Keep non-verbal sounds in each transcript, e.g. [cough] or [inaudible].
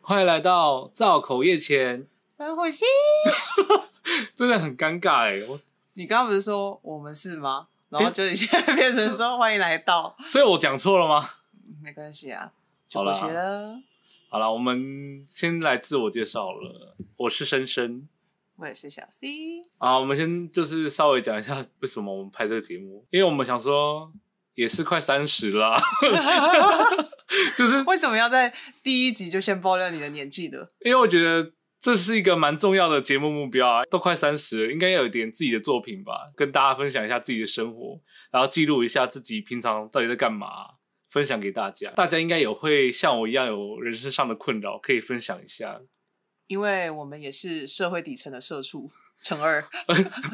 欢迎来到造口夜前，深呼吸。真的很尴尬哎、我你刚刚不是说我们是吗？然后诶就你现在变成说欢迎来到，所以我讲错了吗？没关系啊，好就啦过去了。好了，我们先来自我介绍了，我是深深我也是小 C， [laughs] 啊。我们先就是稍微讲一下为什么我们拍这个节目，因为我们想说也是快三十啦， [laughs] 就是为什么要在第一集就先爆料你的年纪的？因为我觉得这是一个蛮重要的节目目标啊，都快三十了，应该要有一点自己的作品吧，跟大家分享一下自己的生活，然后记录一下自己平常到底在干嘛，分享给大家。大家应该也会像我一样有人生上的困扰，可以分享一下。 [laughs] 因为我们也是社会底层的社畜，乘二，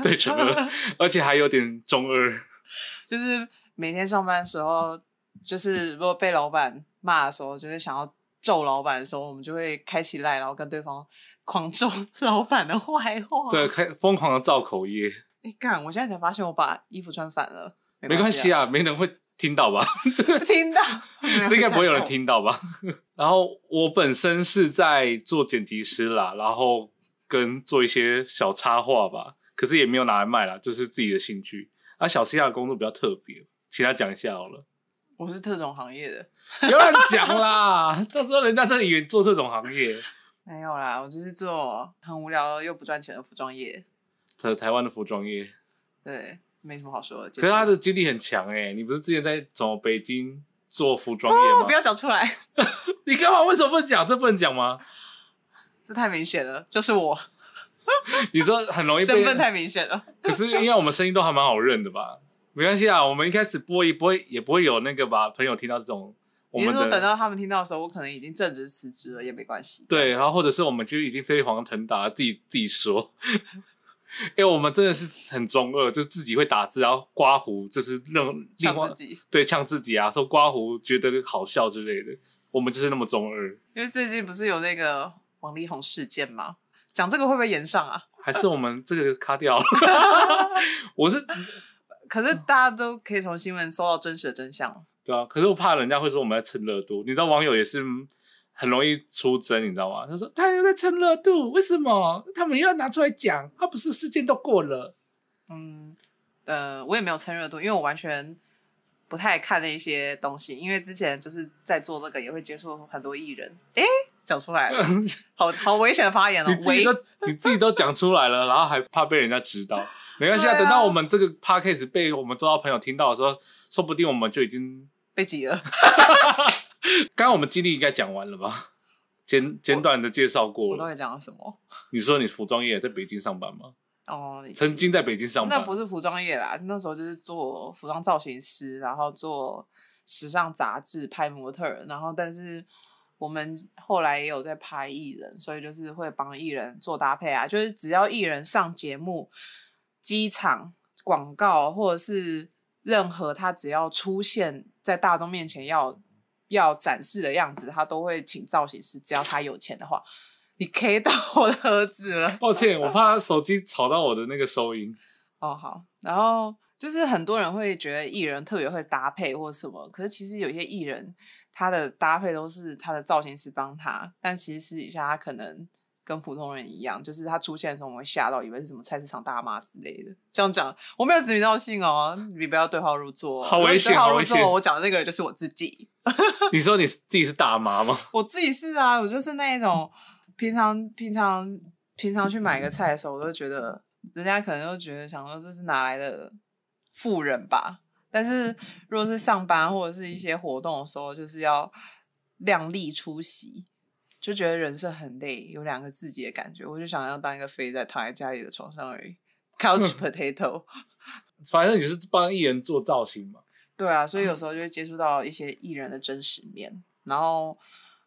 对，成了，而且还有点中二。 [laughs] 就是每天上班的时候，就是如果被老板骂的时候，就会想要咒老板的时候，我们就会开起赖，然后跟对方狂咒老板的坏话。对，开疯狂的造口业，诶，哎干！我现在才发现我把衣服穿反了，没关系啊，啊，没人会听到吧？听 [laughs] 到这应该不会有人。听到吧？ [laughs] 然后我本身是在做剪辑师啦，然后跟做一些小插画吧，可是也没有拿来卖啦，就是自己的兴趣。啊，小西亚的工作比较特别，请他讲一下好了，我是特种行业的，不要乱讲啦，到时候人家真的以为你做这种行业。没有啦，我就是做很无聊又不赚钱的服装业，台台湾的服装业，对，没什么好说的。可结束是他的经历很强哎、你不是之前在什么北京做服装业哦吗？不要讲出来，你干嘛？为什么不能讲？这不能讲吗？这太明显了，就是我你说很容易被身份太明显了。可是因为我们声音都还蛮好认的吧？没关系啊，我们一开始播也不会也不会有那个吧，朋友听到这种 [laughs] 我你是们说的等到他们听到的时候，我可能已经正职辞职了也没关系。对，然后或者是我们就已经飞黄腾达，自己自己说。 [laughs] 因为我们真的是很中二，就自己会打字，然后刮胡，就是任另像外自己，对呛自己啊，说刮胡觉得好笑之类的，我们就是那么中二。因为最近不是有那个王力宏事件吗？讲这个会不会延上啊？还是我们这个卡掉了？ [laughs] 我是可嗯是大家都可以从新闻搜到真实的真相。对啊，可是我怕人家会说我们在蹭热度，你知道网友也是很容易出征，你知道吗？他说他又在蹭热度，为什么他们又要拿出来讲？他不是事件都过了，嗯，呃，我也没有蹭热度，因为我完全不太看那一些东西，因为之前就是在做这个，也会接触很多艺人。诶，讲出来了， [laughs] 好好危险的发言了哦你，自己嗯喂都，你自己都讲出来了，然后还怕被人家知道，没关系啊，对等啊到我们这个 podcast 被我们周遭朋友听到的时候，说不定我们就已经，被挤了。刚刚我们经历应该讲完了吧？简简短的介绍过我都了。会讲什么？你说你服装业在北京上班吗？哦，曾经在北京上班，那不是服装业啦，那时候就是做服装造型师，然后做时尚杂志、拍模特儿，然后但是我们后来也有在拍艺人，所以就是会帮艺人做搭配啊，就是只要艺人上节目、机场广告或者是任何他只要出现在大众面前要要展示的样子，他都会请造型师，只要他有钱的话。你 K [laughs] 到我的儿子了，抱歉，我怕手机吵到我的那个收音。哦，好，然后就是很多人会觉得艺人特别会搭配或什么，可是其实有些艺人他的搭配都是他的造型师帮他，但其实私底下他可能跟普通人一样，就是他出现的时候我们会吓到，以为是什么菜市场大妈之类的。这样讲我没有指名道姓哦，你不要对号入座哦，好如果危你险对号好入危座险我讲的那个人就是我自己， [laughs] 你说你自己是大妈吗？我自己是啊，我就是那一种平常平常平常去买个菜的时候，我都觉得人家可能就觉得想说这是哪来的富人吧。但是如果是上班或者是一些活动的时候，就是要量力出席，就觉得人生很累，有两个自己的感觉。我就想要当一个飞在躺在家里的床上而已，couch potato。反正你是帮艺人做造型嘛。对啊，所以有嗯时候就会接触到一些艺人的真实面，然后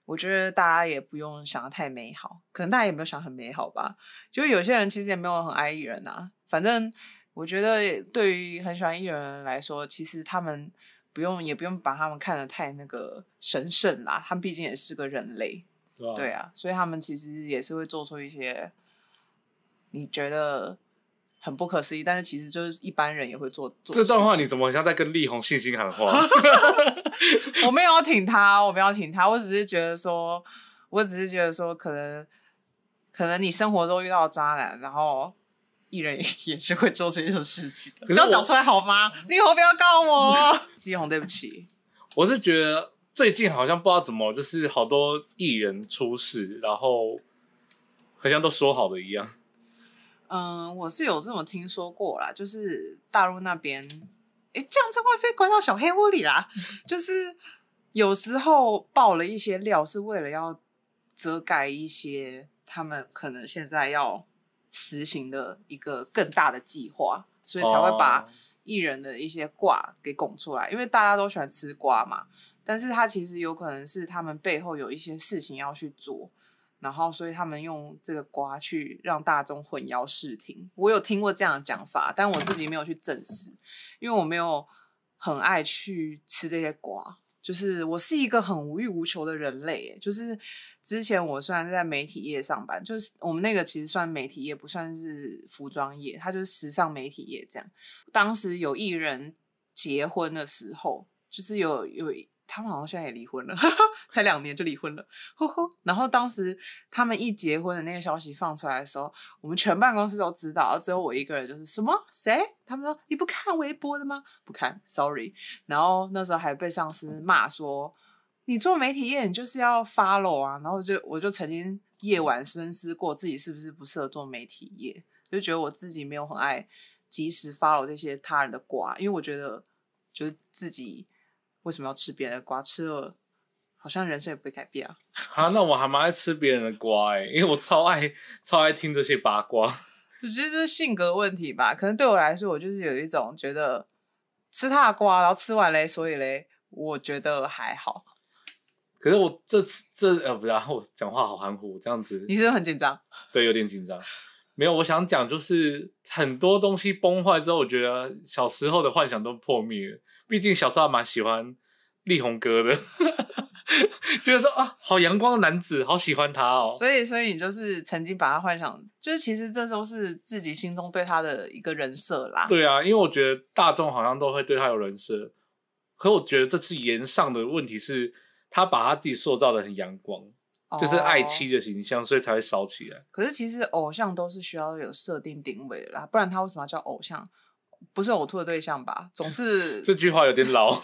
我觉得大家也不用想的太美好，可能大家也没有想很美好吧。就有些人其实也没有很爱艺人啊，反正我觉得对于很喜欢艺人来说，其实他们不用也不用把他们看得太那个神圣啦，他们毕竟也是个人类，对吧？对啊，所以他们其实也是会做出一些你觉得很不可思议，但是其实就是一般人也会做。做这段话事你情怎么好像在跟力宏信心喊话？ [laughs] 我没有要挺他，我没有要挺他，我只是觉得说，我只是觉得说，可能可能你生活中遇到渣男，然后艺人也是会做这种事情的，可不是我要讲出来好 [laughs] 吗？力宏不要告 [laughs] 我，哦力宏对不起，我是觉得最近好像不知道怎么，就是好多艺人出事，然后好像都说好的一样。嗯，我是有这么听说过啦，就是大陆那边，诶，这样子会被关到小黑屋里啦。 [laughs] 就是有时候爆了一些料，是为了要遮盖一些他们可能现在要实行的一个更大的计划，所以才会把哦艺人的一些瓜给拱出来，因为大家都喜欢吃瓜嘛。但是他其实有可能是他们背后有一些事情要去做，然后所以他们用这个瓜去让大众混淆视听。我有听过这样的讲法，但我自己没有去证实，因为我没有很爱去吃这些瓜。就是我是一个很无欲无求的人类，就是之前我虽然是在媒体业上班，就是我们那个其实算媒体业，不算是服装业，它就是时尚媒体业这样。当时有艺人结婚的时候，就是有有他们好像现在也离婚了， [laughs] 才两年就离婚了，呼呼。然后当时他们一结婚的那个消息放出来的时候，我们全办公室都知道，只有我一个人就是什么谁？他们说你不看微博的吗？不看，sorry。然后那时候还被上司骂说。你做媒体业，你就是要 follow 啊，然后就我就曾经夜晚深思过自己是不是不适合做媒体业，就觉得我自己没有很爱及时 follow 这些他人的瓜，因为我觉得就是自己为什么要吃别人的瓜，吃了好像人生也不会改变啊。啊，那我还蛮爱吃别人的瓜哎、因为我超爱超爱听这些八卦。我觉得这是性格问题吧，可能对我来说，我就是有一种觉得吃他的瓜，然后吃完嘞，所以嘞，我觉得还好。可是我这次这呃，不然我讲话好含糊，这样子你是不是很紧张？对有点紧张。没有，我想讲就是很多东西崩坏之后，我觉得小时候的幻想都破灭了。毕竟小时候还蛮喜欢力宏哥的， [laughs] 觉得说啊，好阳光的男子，好喜欢他哦。所以，所以你就是曾经把他幻想，就是其实这都是自己心中对他的一个人设啦。对啊，因为我觉得大众好像都会对他有人设，可我觉得这次言上的问题是，他把他自己塑造的很阳光，就是爱哦妻的形象，所以才会烧起来。可是其实偶像都是需要有设定定位的啦，不然他为什么要叫偶像？不是呕吐的对象吧？总是这句话有点老，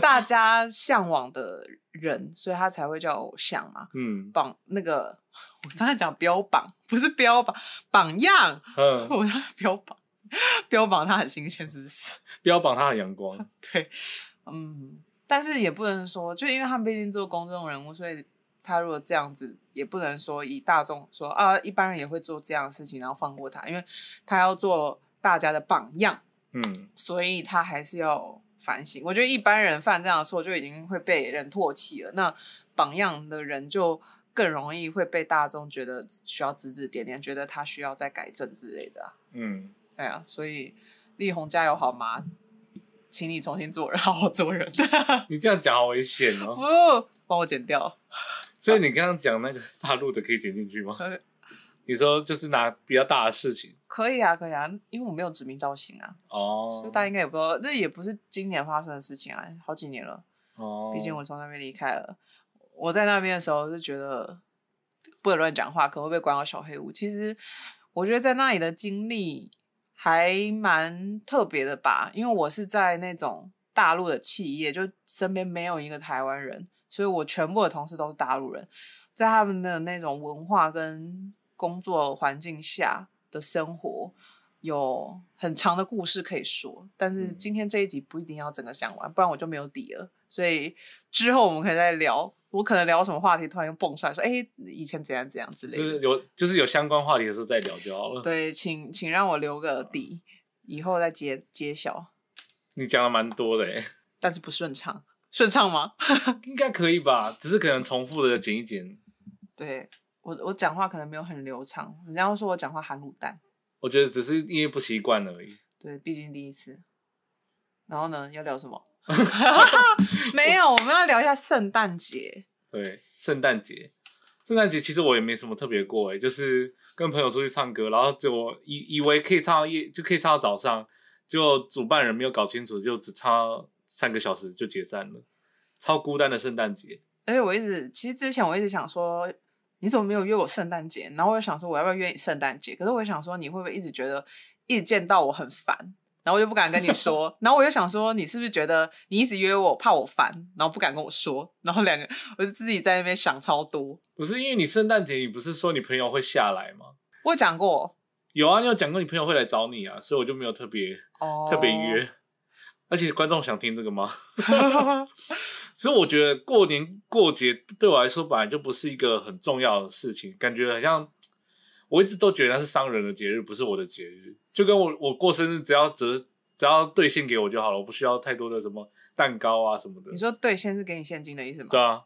大家向往的人，所以他才会叫偶像嘛。嗯榜那个，我刚才讲标榜，不是标榜，榜样。嗯，我在标榜，标榜他很新鲜，是不是？标榜他很阳光，对，嗯，但是也不能说，就因为他们毕竟做公众人物，所以他如果这样子，也不能说以大众说啊，一般人也会做这样的事情，然后放过他，因为他要做大家的榜样，嗯，所以他还是要反省。我觉得一般人犯这样的错就已经会被人唾弃了，那榜样的人就。更容易会被大众觉得需要指指点点，觉得他需要再改正之类的啊、嗯，对啊，所以力宏加油好吗？请你重新做人，好好做人。你这样讲好危险不哦。，帮我剪掉。所以你刚刚讲那个大陆的可以剪进去吗可？你说就是拿比较大的事情可以啊，可以啊，因为我没有指名道姓啊，所哦以，大家应该也不知道，那也不是今年发生的事情啊，好几年了。哦，毕竟我从那边离开了，我在那边的时候就觉得不能乱讲话，可能会被关到小黑屋。其实我觉得在那里的经历还蛮特别的吧，因为我是在那种大陆的企业，就身边没有一个台湾人，所以我全部的同事都是大陆人，在他们的那种文化跟工作环境下的生活。有很长的故事可以说，但是嗯今天这一集不一定要整个讲完，不然我就没有底了。所以之后我们可以再聊，我可能聊什么话题，突然又蹦出来说，哎、以前怎样怎样之类就是的。有就是有相关话题的时候再聊就好了。对，请请让我留个底，以后再揭揭晓。你讲的蛮多的、欸，但是不顺畅，顺畅吗？ [laughs] 应该可以吧？只是可能重复的剪一剪。对我我讲话可能没有很流畅，人家都说我讲话含卤蛋。我觉得只是因为不习惯而已。对，毕竟第一次。然后呢，要聊 [laughs] 什么？没有，我们要聊一下圣诞节。对，圣诞节圣诞节其实我也没什么特别过诶、欸就是跟朋友出去唱歌，然后就以以为可以唱到夜，就可以唱到早上，结果主办人没有搞清楚，就只唱到三个小时就解散了，超孤单的圣诞节。而且我一直，其实之前我一直想说，你怎么没有约我圣诞节？然后我就想说，我要不要约你圣诞节？可是我也想说，你会不会一直觉得一直见到我很烦？然后我就不敢跟你说。然后我又想说，你是不是觉得你一直约我，怕我烦，然后不敢跟我说？然后两个，我就自己在那边想超多。不是因为你圣诞节，你不是说你朋友会下来吗？我有讲过，有啊，你有讲过你朋友会来找你啊，所以我就没有特别哦，特别约。而且观众想听这个吗？哦 [laughs] 所以我觉得过年过节对我来说本来就不是一个很重要的事情，感觉很像我一直都觉得那是商人的节日，不是我的节日。就跟我我过生日，只要折只要兑现给我就好了，我不需要太多的什么蛋糕啊什么的你。说对，现在是给你现金的意思吗？对啊，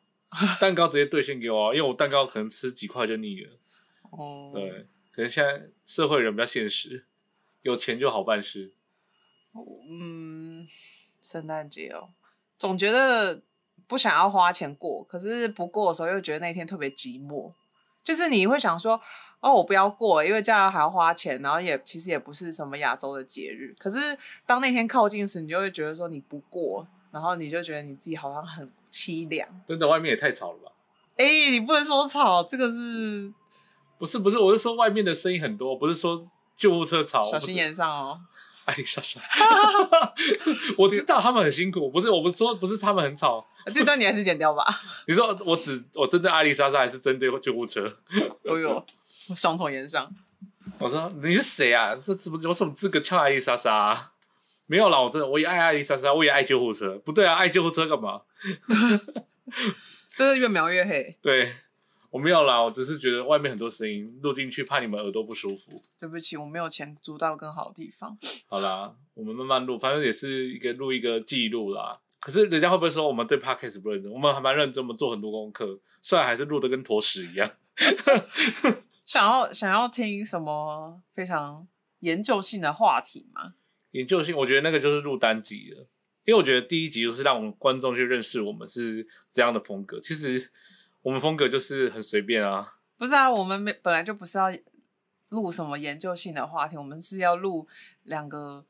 蛋糕直接兑现给我、啊，因为我蛋糕可能吃几块就腻了。哦，对，可能现在社会人比较现实，有钱就好办事。嗯，圣诞节哦，总觉得不想要花钱过，可是不过的时候又觉得那天特别寂寞，就是你会想说，哦，我不要过，因为这样还要花钱，然后也其实也不是什么亚洲的节日，可是当那天靠近时，你就会觉得说你不过，然后你就觉得你自己好像很凄凉。真的，外面也太吵了吧？哎、你不能说吵，这个是不是不是，我是说外面的声音很多，不是说救护车吵。我小心不是！眼上哦。艾丽莎莎， [laughs] 我知道他们很辛苦，不是我不是说不是他们很吵。啊这段你还是剪掉吧。 [laughs] 你说我只我针对艾丽莎莎，还是针对救护车？都有双重言上。我说你是谁啊？这怎么有什么资格呛艾丽莎莎、啊？没有啦，我真的我也爱艾丽莎莎，我也爱救护车。不对啊，爱救护车干嘛？就是越描越黑。对我没有啦，我只是觉得外面很多声音，录进去怕你们耳朵不舒服。对不起，我没有钱租到更好的地方。好啦，我们慢慢录，反正也是一个录一个记录啦。可是人家会不会说我们对 podcast 不认真？我们还蛮认真，我们做很多功课，虽然还是录的跟坨屎一样。想要想要听什么非常研究性的话题吗？研究性，我觉得那个就是录单集了，因为我觉得第一集就是让我们观众去认识我们是这样的风格。其实我们风格就是很随便啊，不是啊，我们没本来就不是要录什么研究性的话题，我们是要录两个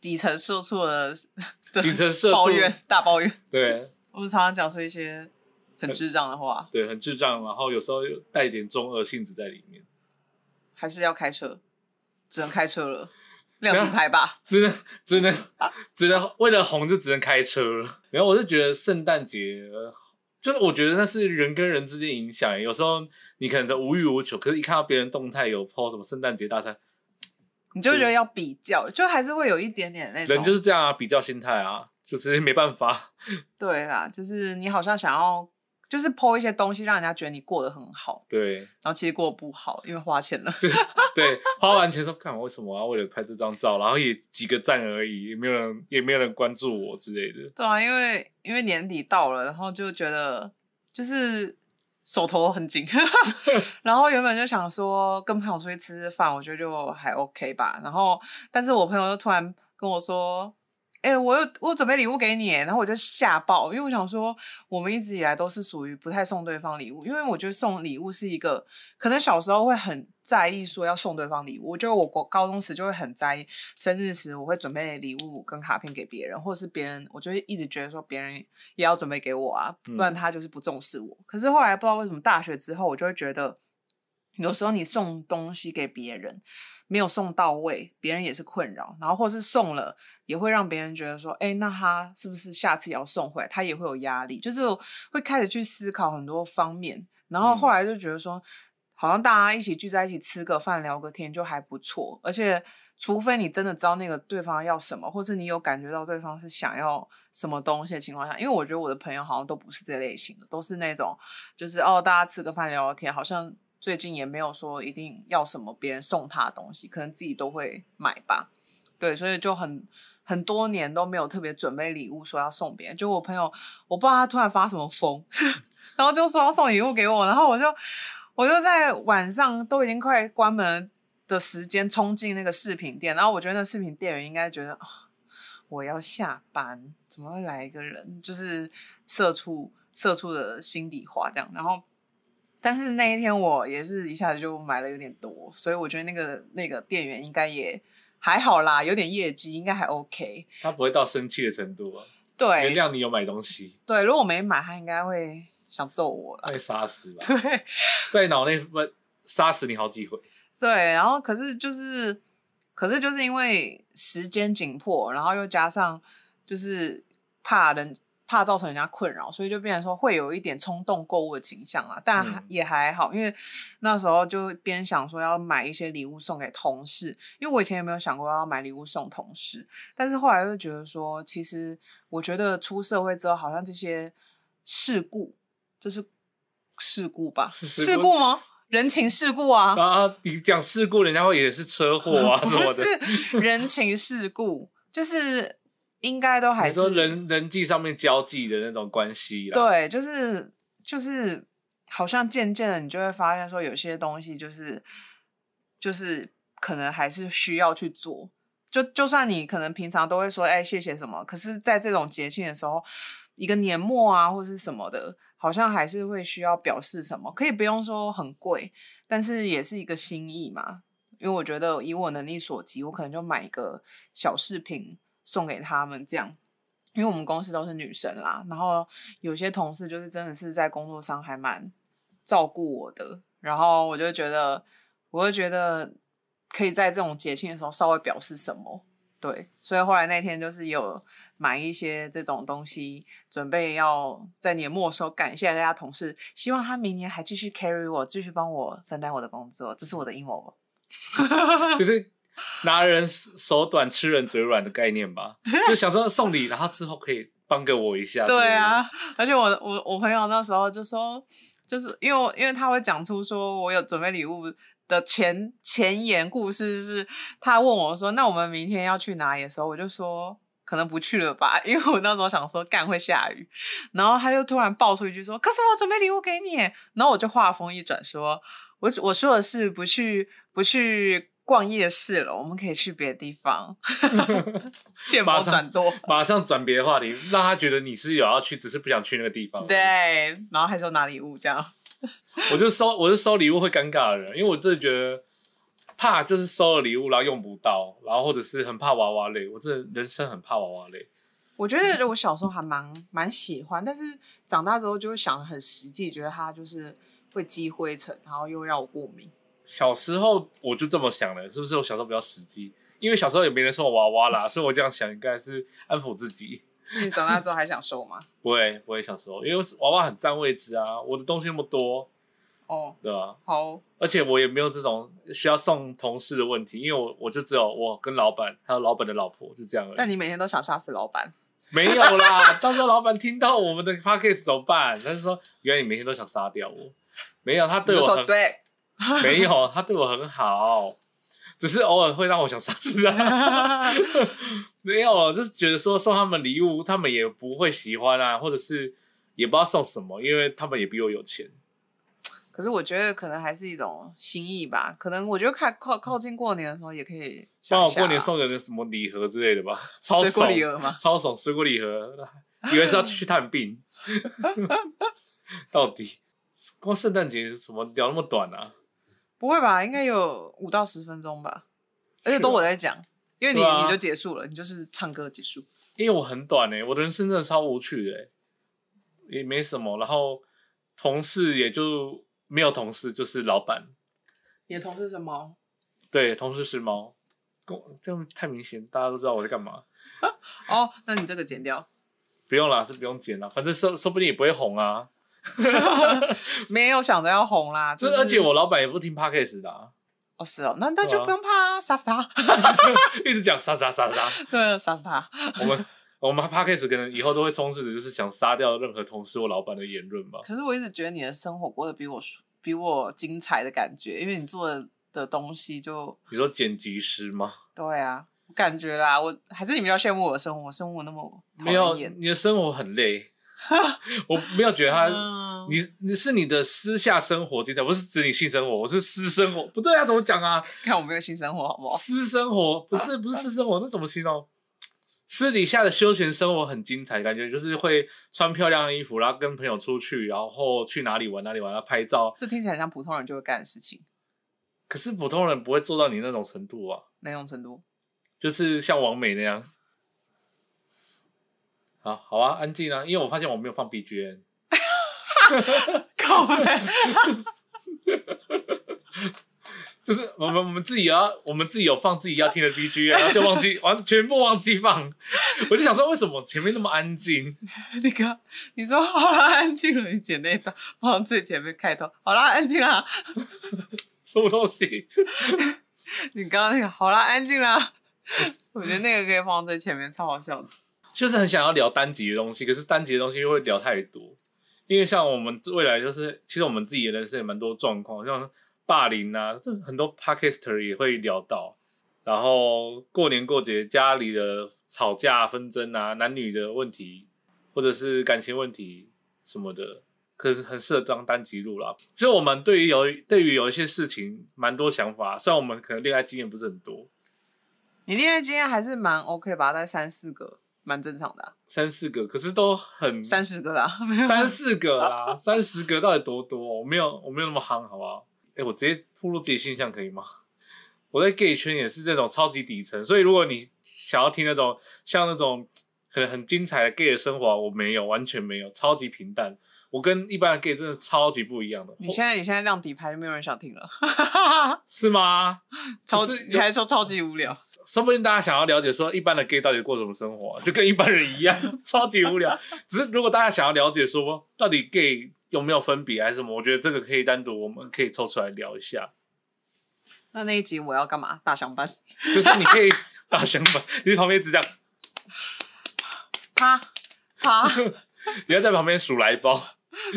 底层社畜的 [laughs] 的底层社畜抱怨大抱怨。对我们常常讲出一些很呃智障的话，对，很智障，然后有时候又带一点中二性质在里面。还是要开车，只能开车 [laughs] 了，等亮一下品牌吧。只能只能啊只能为了红就只能开车了。然后我是觉得圣诞节，呃就是我觉得那是人跟人之间影响。欸有时候你可能都无欲无求，可是一看到别人动态有 PO 什么圣诞节大餐，你就觉得对要比较，就还是会有一点点那种，人就是这样啊，比较心态啊，就是没办法。对啦，就是你好像想要就是剖一些东西，让人家觉得你过得很好，对然后其实过得不好，因为花钱了。对，花完钱说，看我为什么要为了拍这张照，然后也几个赞而已，也没有人也没有人关注我之类的。 [laughs] 对啊，因为因为年底到了，然后就觉得就是手头很紧， [laughs] 然后原本就想说跟朋友出去吃吃饭，我觉得就还 OK 吧。然后，但是我朋友就突然跟我说：“哎、我有我有准备礼物给你耶。”然后我就吓爆，因为我想说我们一直以来都是属于不太送对方礼物，因为我觉得送礼物是一个可能小时候会很在意说要送对方礼物，我觉得我国高中时就会很在意生日时我会准备礼物跟卡片给别人，或者是别人，我就会一直觉得说别人也要准备给我啊，不嗯然他就是不重视我。可是后来不知道为什么大学之后，我就会觉得有时候你送东西给别人。没有送到位，别人也是困扰，然后或是送了，也会让别人觉得说，哎，那他是不是下次也要送回来？他也会有压力，就是会开始去思考很多方面。然后后来就觉得说，好像大家一起聚在一起吃个饭、聊个天就还不错，而且除非你真的知道那个对方要什么，或是你有感觉到对方是想要什么东西的情况下，因为我觉得我的朋友好像都不是这类型的，都是那种就是哦，大家吃个饭聊聊天，好像最近也没有说一定要什么别人送他的东西，可能自己都会买吧。对，所以就很很多年都没有特别准备礼物说要送别人。就我朋友，我不知道他突然发什么疯， [laughs] 然后就说要送礼物给我，然后我就我就在晚上都已经快关门的时间冲进那个饰品店，然后我觉得那饰品店员应该觉得。啊我要下班，怎么会来一个人？就是社畜社畜的心底话这样。然后但是那一天我也是一下子就买了有点多，所以我觉得那个那个店员应该也还好啦，有点业绩应该还 OK。他不会到生气的程度啊，原对谅你有买东西，对，如果我没买，他应该会想揍我啦。被杀死了，对，在脑内分杀死你好几回。对，然后可是就是，可是就是因为时间紧迫，然后又加上就是怕人怕造成人家困扰，所以就变成说会有一点冲动购物的倾向啊。但还嗯也还好，因为那时候就边想说要买一些礼物送给同事，因为我以前也没有想过要买礼物送同事，但是后来就觉得说，其实我觉得出社会之后，好像这些事故，这是事故吧？是事事故故吗？人情世故啊，然后你讲事故，人家会也是车祸啊什么的。不是人情世故，就是应该都还你是说人人际上面交际的那种关系啦，对，就是就是，好像渐渐的你就会发现说，有些东西就是就是可能还是需要去做。就就算你可能平常都会说哎谢谢什么，可是在这种节庆的时候，一个年末啊或是什么的，好像还是会需要表示什么，可以不用说很贵，但是也是一个心意嘛。因为我觉得以我能力所及，我可能就买一个小饰品送给他们这样。因为我们公司都是女生啦，然后有些同事就是真的是在工作上还蛮照顾我的，然后我就觉得，我就觉得可以在这种节庆的时候稍微表示什么，对，所以后来那天就是有买一些这种东西，准备要在年末的时候感谢大家同事，希望他明年还继续 carry 我，继续帮我分担我的工作，这是我的阴谋吧。啊就是拿人手短吃人嘴软的概念吧，就想说送礼，然后之后可以帮给我一下。对啊，而且我我我朋友那时候就说，就是因为我因为他会讲出说我有准备礼物的前前言故事是，他问我说，那我们明天要去哪里的时候，我就说。可能不去了吧，因为我那时候想说干会下雨，然后他就突然爆出一句说：“可是我准备礼物给你。”然后我就话锋一转说：“我我说的是不去不去逛夜市了，我们可以去别的地方。” [laughs] 剑马矛上转对舵，不对，马上转别的话题，让他觉得你是有要去，只是不想去那个地方。对，，然后还说拿礼物这样。我就收，我就收礼物会尴尬的人，因为我真的觉得怕就是收了礼物然后用不到，然后或者是很怕娃娃类，我真的人生很怕娃娃类。我觉得我小时候还蛮蛮喜欢，但是长大之后就会想的很实际，觉得它就是会积灰尘，然后又让我过敏。小时候我就这么想了，是不是我小时候比较实际？因为小时候也没人送我娃娃啦，所以我这样想应该是安抚自己。你长大之后还想收吗？不会，不会小时候，因为娃娃很占位置啊，我的东西那么多，哦，对吧、好，而且我也没有这种需要送同事的问题，因为我我就只有我跟老板还有老板的老婆就这样而那已。你每天都想杀死老板？ [laughs] 没有啦，到时候老板听到我们的 podcast 怎么办？他就说原来你每天都想杀掉我，没有，他对你我就说很对，没有，他对我很好，只是偶尔会让我想杀死他。 [laughs] 没有，就是觉得说送他们礼物，他们也不会喜欢啊，或者是也不知道送什么，因为他们也比我有钱。可是我觉得可能还是一种心意吧，可能我觉得靠靠靠近过年的时候也可以像想一我哦下啊过年送给人什么礼盒之类的吧，超水果爽礼盒吗？ [laughs] 超爽水果礼盒， [laughs] 以为是要去探病， [laughs] 到底光圣诞节怎么聊那么短啊？不会吧？应该有五到十分钟吧，而且都我在讲，因为你、哦对啊你就结束了，你就是唱歌结束。因为我很短哎、我的人生真的超无趣的、欸，也没什么，然后同事也就没有同事，就是老板，你的同事是猫。对，同事是猫，跟我这样太明显，大家都知道我在干嘛。哦，那你这个剪掉，不用啦，是不用剪啦，反正说说不定也不会红啊。没有想着要红啦。这就是而且我老板也不听 podcast 的、啊，哦是哦，那那就对啊不用怕啊，杀死他，一直讲杀杀杀杀，对，啊杀死他。我们。我们 podcast 可能以后都会充斥着就是想杀掉任何同事或老板的言论吧。可是我一直觉得你的生活过得比我舒比我精彩的感觉，因为你做的的东西就你说剪辑师吗？对啊，我感觉啦，我还是你比较羡慕我的生活，我生活那么讨没有，人厌你的生活很累。我没有觉得他，嗯你你是你的私下生活精彩，不是指你性生活，我是私生活。不对啊，怎么讲啊？看我没有新生活好不好？ [laughs] 私生活不是不是私生活，那怎么形容？私底下的休闲生活很精彩，感觉就是会穿漂亮的衣服，然后跟朋友出去，然后去哪里玩哪里玩，然后拍照。这听起来像普通人就会干的事情，可是普通人不会做到你那种程度啊，哪种程度？就是像王美那样。好好啊，安静啊，因为我发现我没有放 BGM。靠背，就是我们我们自己要，我们自己有放自己要听的 BGM，然后就忘记完全部忘记放， [laughs] 我就想说为什么前面那么安静？那个你说好啦，安静了，你剪那一段放最前面开头，好啦，安静啦。什么东西？你刚刚那个好啦，安静 [laughs] 啦。我觉得那个可以放最前面，超好笑的。就是很想要聊单集的东西，可是单集的东西又会聊太多，因为像我们未来就是，其实我们自己的人生也蛮多状况，像霸凌啊，这很多 podcaster 也会聊到。然后过年过节家里的吵架纷争啊，男女的问题，或者是感情问题什么的，可是很适合当单集录啦。所以我们对于有对于有一些事情蛮多想法，虽然我们可能恋爱经验不是很多，你恋爱经验还是蛮 OK 吧，大概三四个，蛮正常的啊、三四个，可是都很三十个啦，没 [laughs] 有三四个啦，三十个到底多多？我没有，我没有那么夯，好不好？哎、我直接暴露自己形象可以吗？ [laughs] 我在 gay 圈也是这种超级底层，所以如果你想要听那种像那种可能很精彩的 gay 的生活，我没有，完全没有，超级平淡。我跟一般的 gay 真的超级不一样的。哦你现在你现在亮底牌，没有人想听了，是吗？超可是有你还说超级 [laughs] 无聊。说不定大家想要了解说一般的 gay 到底过什么生活，就跟一般人一样， [laughs] 超级无聊。只是如果大家想要了解说到底 gay 有没有分别还是什么，我觉得这个可以单独我们可以抽出来聊一下。那那一集我要干嘛？大相班就是你可以打响板，你在旁边只讲，啪啪，你要在旁边数来包，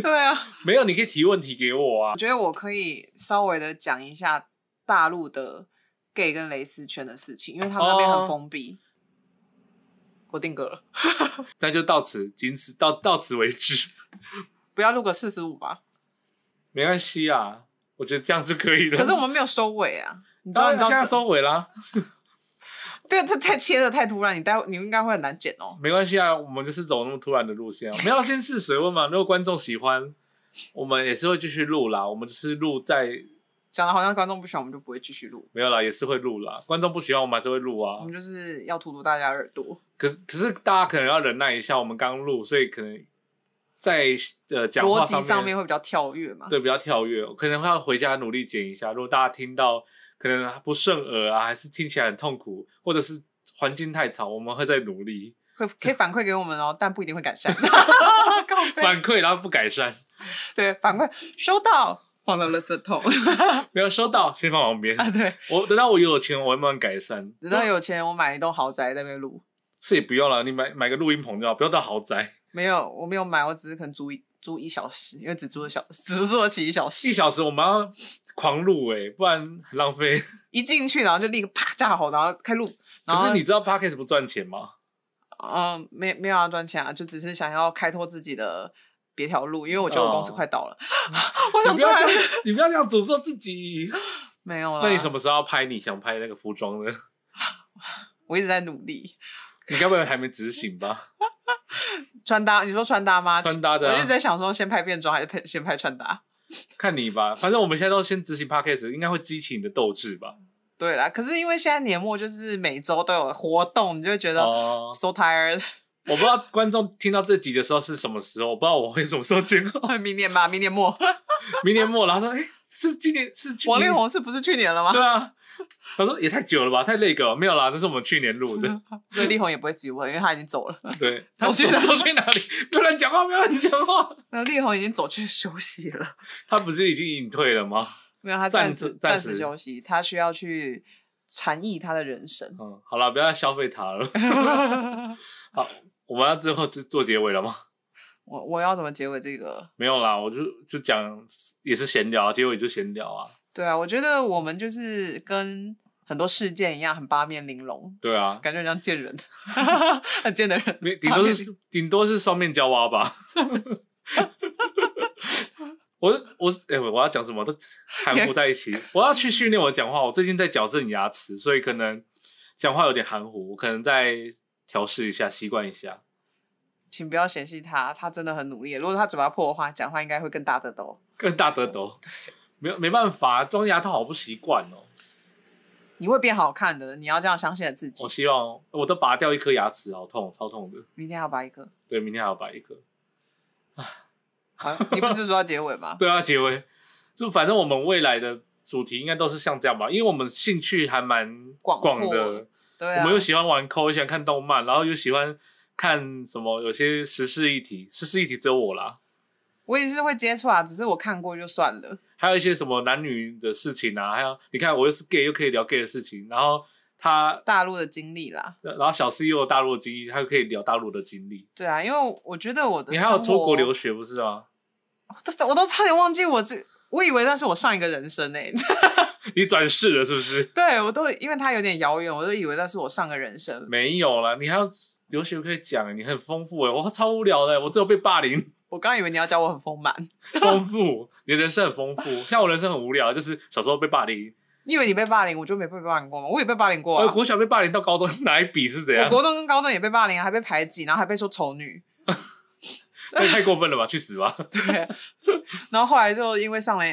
对啊，没有你可以提问题给我啊我。觉得我可以稍微的讲一下大陆的 gay 跟蕾丝圈的事情，因为他们那边哦很封闭。我定格了，那就到此，仅此到到此为止，不要录个四十五吧。没关系啊，我觉得这样就可以了。 [laughs] 可是我们没有收尾啊，你知当道你然知现道在收尾啦，这这太切的太突然，你待会你应该会很难剪哦。没关系啊，我们就是走那么突然的路线、啊，我们要先试水温嘛。如果观众喜欢，我们也是会继续录啦。我们就是录在讲的好像观众不喜欢，我们就不会继续录，没有啦，也是会录啦。观众不喜欢，我们还是会录啊我。们就是要荼毒大家耳朵。可是可是大家可能要忍耐一下，我们刚录，所以可能在呃讲话逻辑上面面会比较跳跃嘛。对，比较跳跃，可能会要回家努力剪一下。如果大家听到可能不顺耳啊，还是听起来很痛苦，或者是环境太吵，我们会再努力会可以反馈给我们哦，但不一定会 [laughs] 改善。告白反馈，然后不改善，对反馈收到，放到垃圾桶 [laughs] 没有收到，先放旁边。啊。对，我等到我有钱，我会慢慢改善。等到有钱，我买一栋豪宅在那边录。是也不用了，你买买个录音棚就好，不用到豪宅，没有，我没有买，我只是可能租一租一小时，因为只租了小，只租得起一小时。一小时我们要狂录诶、不然很浪费。一进 [laughs] 去，然后就立刻啪架好，然后开录。然可后是你知道 podcast 不赚钱吗？嗯、没没有要赚钱啊，就只是想要开拓自己的别条路，因为我觉得我公司哦快倒了， [laughs] 我你想不出要来啊这样，你不要这样诅咒自己。没有了。那你什？么时候要拍你想拍那个服装呢？我一直在努力你该不会还没执行吧？ [laughs] 穿搭。你说穿搭吗？穿搭的啊我一直在想说，先拍变装还是拍先拍穿搭？看你吧，反正我们现在都先执行 podcast，应该会激起你的斗志吧？对啦，可是因为现在年末就是每周都有活动，你就会觉得哦 so tired。 [laughs] 我不知道观众听到这集的时候是什么时候，我不知道我会什么时候见到明年吧，明年末， [laughs] 明年末，然后说，哎、是今年是去王力年宏是不是去年了 [laughs] 对吗？啊，他说也太久了吧，太那个了，没有啦，那是我们去年录 [laughs] 的，所以力宏也不会挤我，因为他已经走了。 [laughs] 对，走去哪走嗯去哪里？ [laughs] 不要乱讲话，不要乱讲话。那力宏已经走去休息了， [laughs] 他不是已经隐退了吗？没有他暂暂时时暂暂时时休息，他需要去禅意他的人生。嗯，好了，不要再消费他 [laughs] 了。好，我们要最后做做结尾了吗？ [laughs] 我我要怎么结尾这个？没有啦，我就就讲也是闲聊，结尾就闲聊啊。对啊，我觉得我们就是跟很多事件一样，很八面玲珑，对啊，感觉很像贱人， [laughs] 很贱的人。没 [laughs] 顶多是顶多是双面胶蛙吧。 [laughs] 我是我是哎、我要讲什么都含糊在一起。我要去训练我的讲话。我最近在矫正牙齿，所以可能讲话有点含糊。我可能在调试一下，习惯一下。请不要嫌弃他，他真的很努力。如果他嘴巴破的话，讲话应该会更大的抖。更大得抖， [laughs] 没有没办法，装牙套好不习惯哦。你会变好看的，你要这样相信自己我。希望我都拔掉一颗牙齿，好痛，超痛的。明天要拔一个，对，明天还要拔一颗。好，你不是说要结尾吗？ [laughs] [laughs] 对啊，结尾就反正我们未来的主题应该都是像这样吧，因为我们兴趣还蛮广广阔的，对我啊们，又喜欢玩抠，又喜欢看动漫，然后又喜欢看什么有些时事议题，时事议题只有我啦，我也是会接触啊，只是我看过就算了。还有一些什么男女的事情啊，还有你看我又是 gay 又可以聊 gay 的事情，然后他大陆的经历啦，然后小 C 又有大陆的经历，他又可以聊大陆的经历，对啊，因为我觉得我的你还有生出国活留学不是吗？我都我都差点忘记我这，我以为那是我上一个人生欸诶、你转世了是不是？ [laughs] 对我都因为它有点遥远，我都以为那是我上个人生。没有啦，你还有留学可以讲，你很丰富哎，我超无聊的，我只有被霸凌。我刚以为你要教我很丰满， [laughs] 丰富，你的人生很丰 [laughs] 富。像我人生很无聊，就是小时候被霸凌，哎你以为你被霸凌，我就没被霸凌过吗？我也被霸凌过我啊。国小被霸凌到高中，哪一笔是怎我样？国中跟高中也被霸凌啊，还被排挤，然后还被说丑女。那 [laughs] 也太过分了吧，去死 [laughs] 吧！对，然后后来就因为上了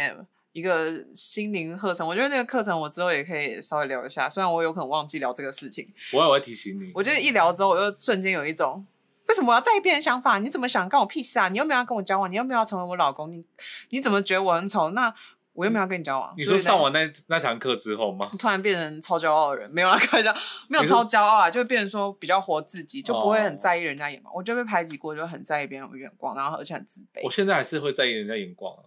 一个心灵课程，我觉得那个课程我之后也可以稍微聊一下，虽然我有可能忘记聊这个事情。我要我要提醒你，我觉得一聊之后，我又瞬间有一种。为什么我要在意别人想法？你怎么想干我屁事啊？你又没有要跟我交往，你又没有要成为我老公，你你怎么觉得我很丑？那我又没有要跟你交往。你所说以呢上完那那堂课之后吗？突然变成超骄傲的人，没有啦，啊 [laughs] 开玩笑，没有你是哦超骄傲啊啦，就变成说比较活自己，就不会很在意人家眼光。我就被排挤过，就很在意别人的眼光，然后而且很自我卑。现在还是会在意人家眼光、啊，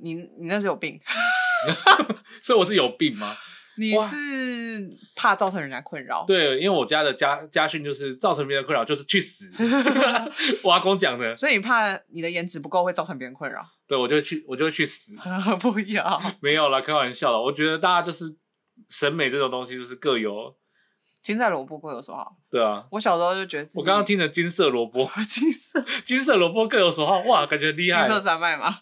你你那是有病，所以我是有病吗？ [laughs] 你哇是怕造成人家困扰。对，因为我家的家家训就是造成别人困扰就是去死， [laughs] 我阿公讲的，所以你怕你的颜值不够会造成别人困扰？ [laughs] 对我就去我就会去死，不要，没有啦，开玩笑啦。我觉得大家就是审美这种东西就是各有，青菜萝卜各有所好。对啊。我小时候就觉得自己，我刚刚听的金色萝卜， [laughs] 金色金色萝卜各有所好，哇，感觉很厉金害。色山脉嘛，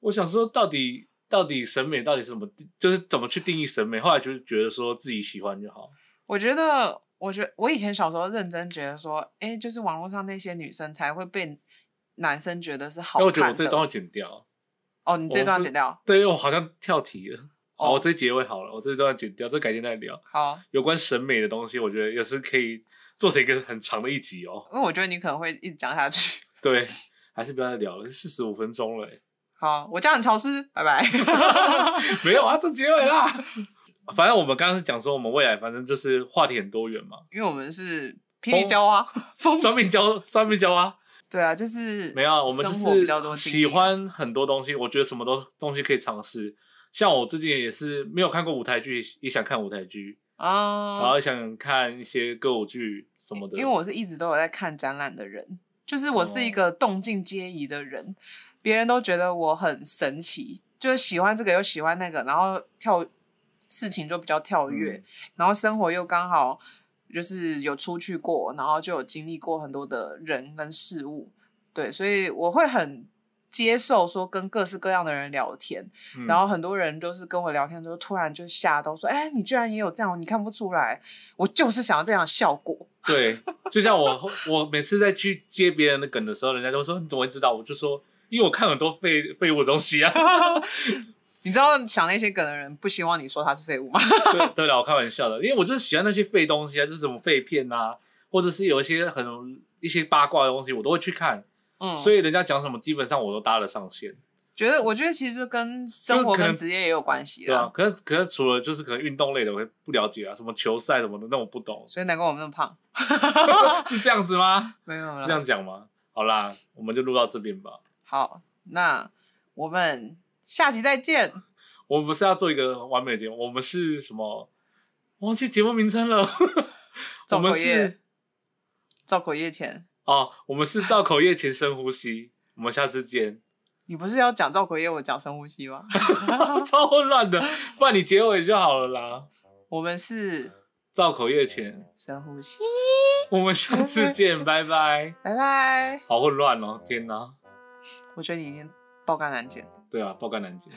我想说，到底到底审美到底是什么，就是怎么去定义审美？后来就是觉得说自己喜欢就好。我觉得，我觉我以前小时候认真觉得说，哎、就是网络上那些女生才会被男生觉得是好因为看我的。觉得我这段要剪掉，哦，你这我段不剪掉。对，因为我好像跳题了。哦哦，我这一结尾好了，我这段要剪掉，这改天再聊。好，有关审美的东西，我觉得也是可以做成一个很长的一集哦。因为我觉得你可能会一直讲下去。 [laughs] 对，还是不要再聊了，四十五分钟了欸、 [laughs] 好，我叫你潮湿，拜 [laughs] 拜。没有啊，这结尾啦。 [laughs] 反正我们刚刚是讲说，我们未来反正就是话题很多元嘛，因为我们是霹雳娇啊，风双面胶，双面胶啊。对啊，就是没有啊，我们就生活比较是多经喜历，欢很多东西，我觉得什么都东西可以尝试。像我最近也是没有看过舞台剧，也想看舞台剧，然啊后，也想看一些歌舞剧什么的。因为我是一直都有在看展览的人，就是我是一哦个动静皆宜的人，别人都觉得我很神奇，就是喜欢这个又喜欢那个，然后跳事情就比较跳跃，嗯然后生活又刚好就是有出去过，然后就有经历过很多的人跟事物，对，所以我会很接受说跟各式各样的人聊天，嗯然后很多人就是跟我聊天之后，突然就吓到说：“哎、你居然也有这样，你看不出来，我就是想要这样的效果。对，就像我我每次在去接别人的梗的时候，人家都说你嗯怎么会知道？我就说因为我看很多废废物的东 [laughs] 西啊。”你知道想那些梗的人不希望你说他是废物吗？ [laughs] 对对了，我开玩笑的，因为我就是喜欢那些废东西啊，就是什么废片啊，或者是有一些很一些八卦的东西，我都会去看。嗯，所以以人家讲什么，基本上我都搭得上线。觉得我觉得其实跟生活就可跟能职业也有关系对啊啦，。可是可是除了就是可能运动类的我会不了解啊，什么球赛什么的，那我不懂，所以难怪我们那么胖， [laughs] 是这样子吗？没有是啦这。样讲吗？好啦，我们就录到这边吧。好，那我们下集再见。我们不是要做一个完美的节目，我们是什么？忘记节目名称了。我造们口是业，造口业前，哦，我们是造口业前深呼吸。我们下次 [laughs] 见。你不是要讲造口业，我讲深呼吸吗？ [laughs] 超混乱的，不然你结尾就好了啦。我们是造口业前，深呼吸，我们下次见， [laughs] 拜拜。拜拜。好混乱哦，天哪！我觉得你已经爆肝难减。对啊，爆肝难解。